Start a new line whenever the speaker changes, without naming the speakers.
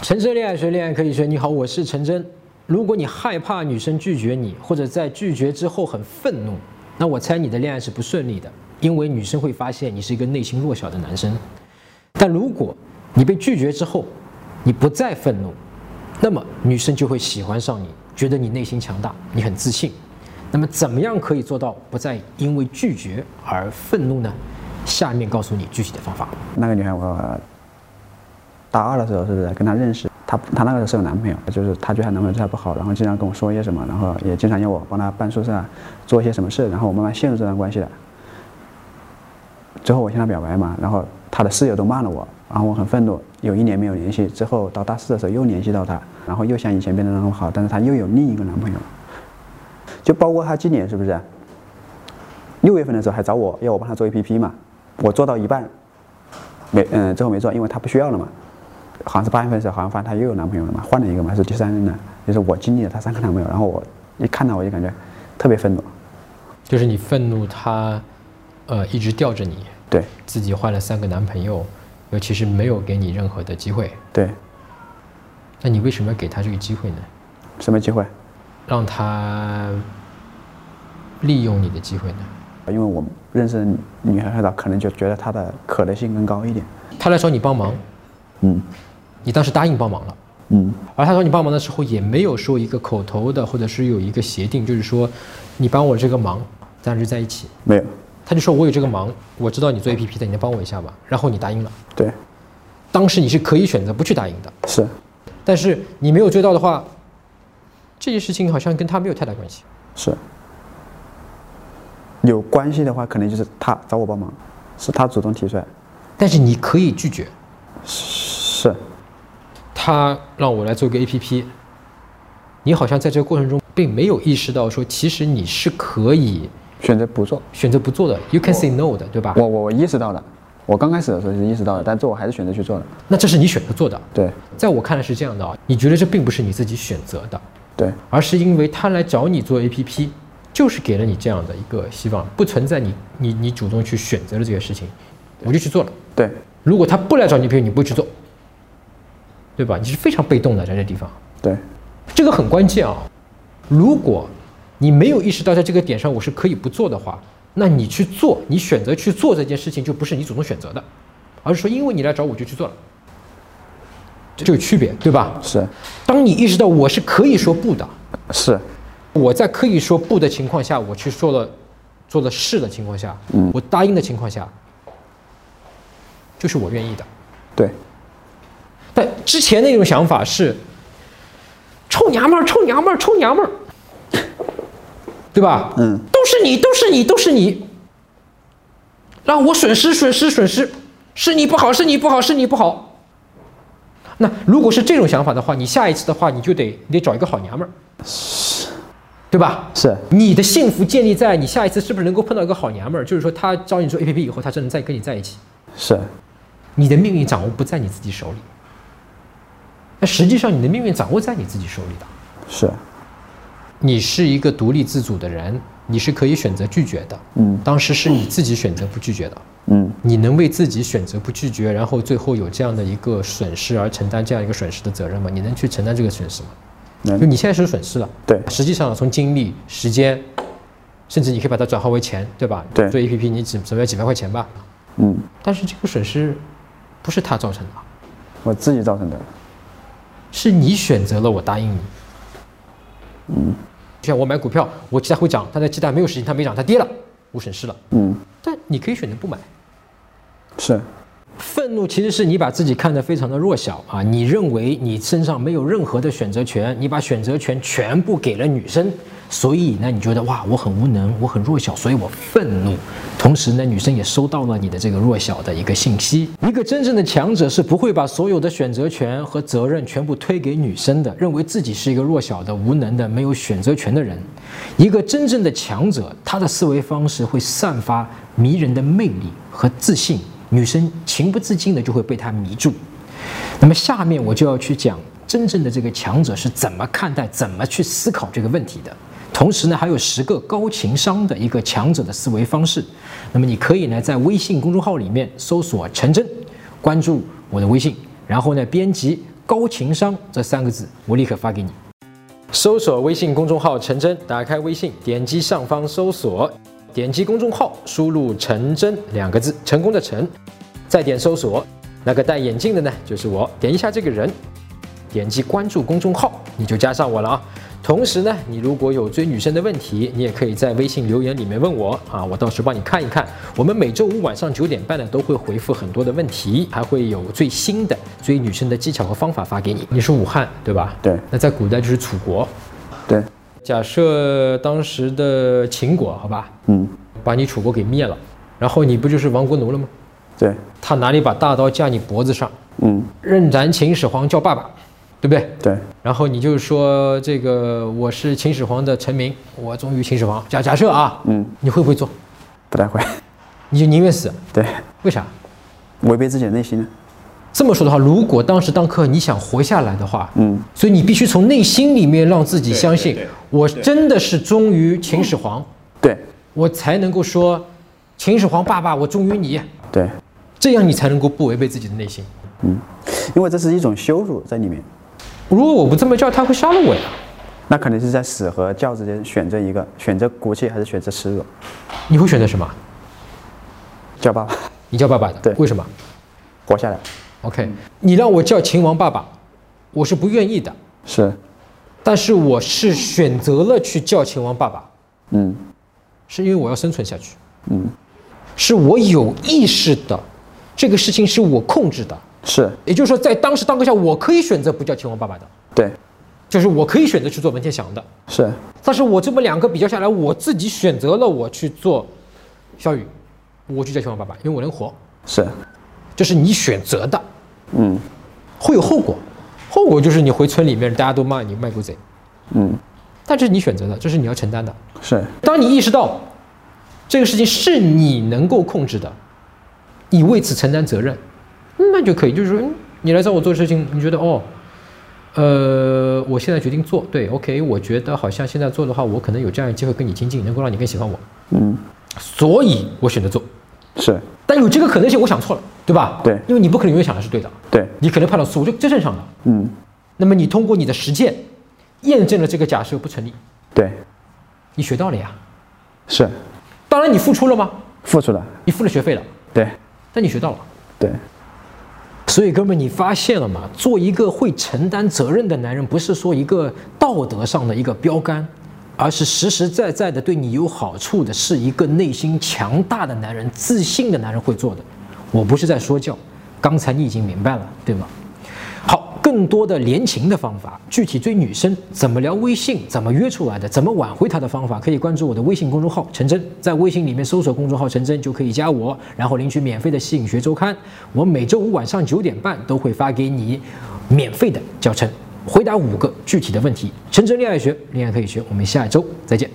陈真恋爱学，恋爱可以学。你好，我是陈真。如果你害怕女生拒绝你，或者在拒绝之后很愤怒，那我猜你的恋爱是不顺利的，因为女生会发现你是一个内心弱小的男生。但如果你被拒绝之后，你不再愤怒，那么女生就会喜欢上你，觉得你内心强大，你很自信。那么怎么样可以做到不再因为拒绝而愤怒呢？下面告诉你具体的方法。
那个女孩我大二的时候是不是跟她认识？她她那个时候是有男朋友，就是她觉得她男朋友对她不好，然后经常跟我说一些什么，然后也经常要我帮她办宿舍啊，做一些什么事，然后我慢慢陷入这段关系的。之后我向她表白嘛，然后她的室友都骂了我，然后我很愤怒，有一年没有联系。之后到大四的时候又联系到她，然后又像以前变得那么好，但是她又有另一个男朋友，就包括她今年是不是？六月份的时候还找我要我帮她做 APP 嘛，我做到一半，没嗯最后没做，因为她不需要了嘛。好像是八月份的时候，好像发现她又有男朋友了嘛，换了一个嘛，还是第三任呢？就是我经历了她三个男朋友，然后我一看到我就感觉特别愤怒，
就是你愤怒他，呃，一直吊着你，
对
自己换了三个男朋友，尤其是没有给你任何的机会，
对，
那你为什么要给他这个机会呢？
什么机会？
让他利用你的机会呢？
因为我认识的女孩很少，可能就觉得她的可能性更高一点。
他来找你帮忙，
嗯
你当时答应帮忙了，
嗯，
而他找你帮忙的时候也没有说一个口头的，或者是有一个协定，就是说你帮我这个忙，咱就在一起。
没有，
他就说我有这个忙，我知道你做 APP 的，你能帮我一下吧？然后你答应了，
对，
当时你是可以选择不去答应的，
是
但是你没有追到的话，这件事情好像跟他没有太大关系。
是。有关系的话，可能就是她找我帮忙，是她主动提出来，
但是你可以拒绝，
是
他让我来做个 APP，你好像在这个过程中并没有意识到说，其实你是可以
选择不做。
选择不做的，you can say no 的，对吧？
我我我意识到了，我刚开始的时候是意识到了，但最后我还是选择去做了。
那这是你选择做的，
对
在我看来是这样的啊，你觉得这并不是你自己选择的，
对
而是因为他来找你做 APP，就是给了你这样的一个希望，不存在你你你主动去选择了这个事情，我就去做了。
对，
如果他不来找你 APP，你不会去做，对吧？你是非常被动的在这地方，
对，
这个很关键啊。如果你没有意识到在这个点上我是可以不做的话，那你去做，你选择去做这件事情就不是你主动选择的，而是说因为你来找我就去做了，这就有区别，对吧？
是
当你意识到我是可以说不的，
是，
我在可以说不的情况下，我去做了做了是的情况下，我答应的情况下，就是我愿意的。
对
但之前那种想法是，臭娘们儿，臭娘们儿，臭娘们儿，对吧？
嗯，
都是你，都是你，都是你，让我损失，损失，损失，是你不好，是你不好，是你不好。那如果是这种想法的话，你下一次的话，你就得你得找一个好娘们儿，对吧？
是
你的幸福建立在你下一次是不是能够碰到一个好娘们儿，就是说她教你做 A P P 以后，她真的再跟你在一起。
是
你的命运掌握不在你自己手里。那实际上，你的命运掌握在你自己手里的。
是，
你是一个独立自主的人，你是可以选择拒绝的。
嗯
当时是你自己选择不拒绝的，
嗯
你能为自己选择不拒绝，然后最后有这样的一个损失而承担这样一个损失的责任吗？你能去承担这个损失吗？就
能
你现在是有损失了，
对
实际上从精力、时间，甚至你可以把它转化为钱，对吧？
对
做 APP 你只准备几百块钱吧，
嗯，
但是这个损失不是他造成的。
我自己造成的，
是你选择了我答应你。嗯，就像我买股票，我期待会涨，但在期待没有实现，它没涨，它跌了，我损失了。
嗯
但你可以选择不买。
是
愤怒其实是你把自己看得非常的弱小啊，你认为你身上没有任何的选择权，你把选择权全部给了女生，所以呢，你觉得哇，我很无能，我很弱小，所以我愤怒。同时呢，女生也收到了你的这个弱小的一个信息。一个真正的强者是不会把所有的选择权和责任全部推给女生的，认为自己是一个弱小的、无能的、没有选择权的人。一个真正的强者，他的思维方式会散发迷人的魅力和自信。女生情不自禁的就会被他迷住。那么下面我就要去讲真正的这个强者是怎么看待、怎么去思考这个问题的。同时呢，还有十个高情商的一个强者的思维方式。那么你可以呢在微信公众号里面搜索“陈真”，关注我的微信，然后呢编辑高情商”这三个字，我立刻发给你。搜索微信公众号“陈真”，打开微信，点击上方搜索，点击公众号，输入“陈真”两个字，成功的陈，再点搜索。那个戴眼镜的呢，就是我。点一下这个人，点击关注公众号，你就加上我了啊。同时呢，你如果有追女生的问题，你也可以在微信留言里面问我啊，我到时帮你看一看。我们每周五晚上九点半呢，都会回复很多的问题，还会有最新的追女生的技巧和方法发给你。你是武汉对吧？
对
那在古代就是楚国。
对，
假设当时的秦国，好吧，
嗯，
把你楚国给灭了，然后你不就是亡国奴了吗？
对，
他拿了一把大刀架你脖子上，
嗯，
任咱秦始皇叫爸爸，对不对？
对，
然后你就说这个我是秦始皇的臣民，我忠于秦始皇。假假设啊，
嗯，
你会不会做？
不太会，
你就宁愿死？
对，
为啥？
违背自己的内心呢，
这么说的话，如果当时当刻你想活下来的话，
嗯，
所以你必须从内心里面让自己相信
对对对，
我真的是忠于秦始皇，
对，
我才能够说，秦始皇爸爸，我忠于你，
对，
这样你才能够不违背自己的内心。
因为这是一种羞辱在里面，
如果我不这么叫，他会杀了我呀。
那肯定是在死和教之间选择一个，选择骨气还是选择耻辱，
你会选择什么？
叫爸爸，
你叫爸爸的，
对嗯
为什么
活下来，
？OK，你让我叫秦王爸爸，我是不愿意的，
是，
但是我是选择了去叫秦王爸爸，
嗯
是因为我要生存下去，
嗯，
是我有意识的，这个事情是我控制的，
是，
也就是说，在当时当刻下，我可以选择不叫秦王爸爸的，
对，
就是我可以选择去做文天祥的，
是，
但是我这么两个比较下来，我自己选择了我去做小雨，我去叫秦王爸爸，因为我能活，
是，
这是你选择的，
嗯
会有后果，后果就是你回村里面，大家都骂你卖国贼，
嗯，
但这是你选择的，这是你要承担的。
是，
当你意识到这个事情是你能够控制的，你为此承担责任，那就可以，就是说嗯你来找我做事情，你觉得哦。呃，我现在决定做，对，OK，我觉得好像现在做的话，我可能有这样的机会跟你亲近，能够让你更喜欢我，
嗯
所以我选择做。
是，
但有这个可能性，我想错了，对吧？
对
因为你不可能永远想的是对的，
对，
你可能判断错误，这这正常的。
嗯
那么你通过你的实践，验证了这个假设不成立，
对，
你学到了呀。
是，
当然你付出了吗？
付出了，
你付了学费了，
对
但你学到了。
对
所以哥们，你发现了吗？做一个会承担责任的男人，不是说一个道德上的一个标杆，而是实实在在的对你有好处的，是一个内心强大的男人、自信的男人会做的。我不是在说教，刚才你已经明白了，对吗？好，更多的联情的方法，具体追女生怎么聊微信，怎么约出来的，怎么挽回她的方法，可以关注我的微信公众号“陈真”，在微信里面搜索公众号“陈真”就可以加我，然后领取免费的《吸引学周刊》，我每周五晚上九点半都会发给你免费的教程，回答五个具体的问题。陈真恋爱学，恋爱可以学，我们下周再见。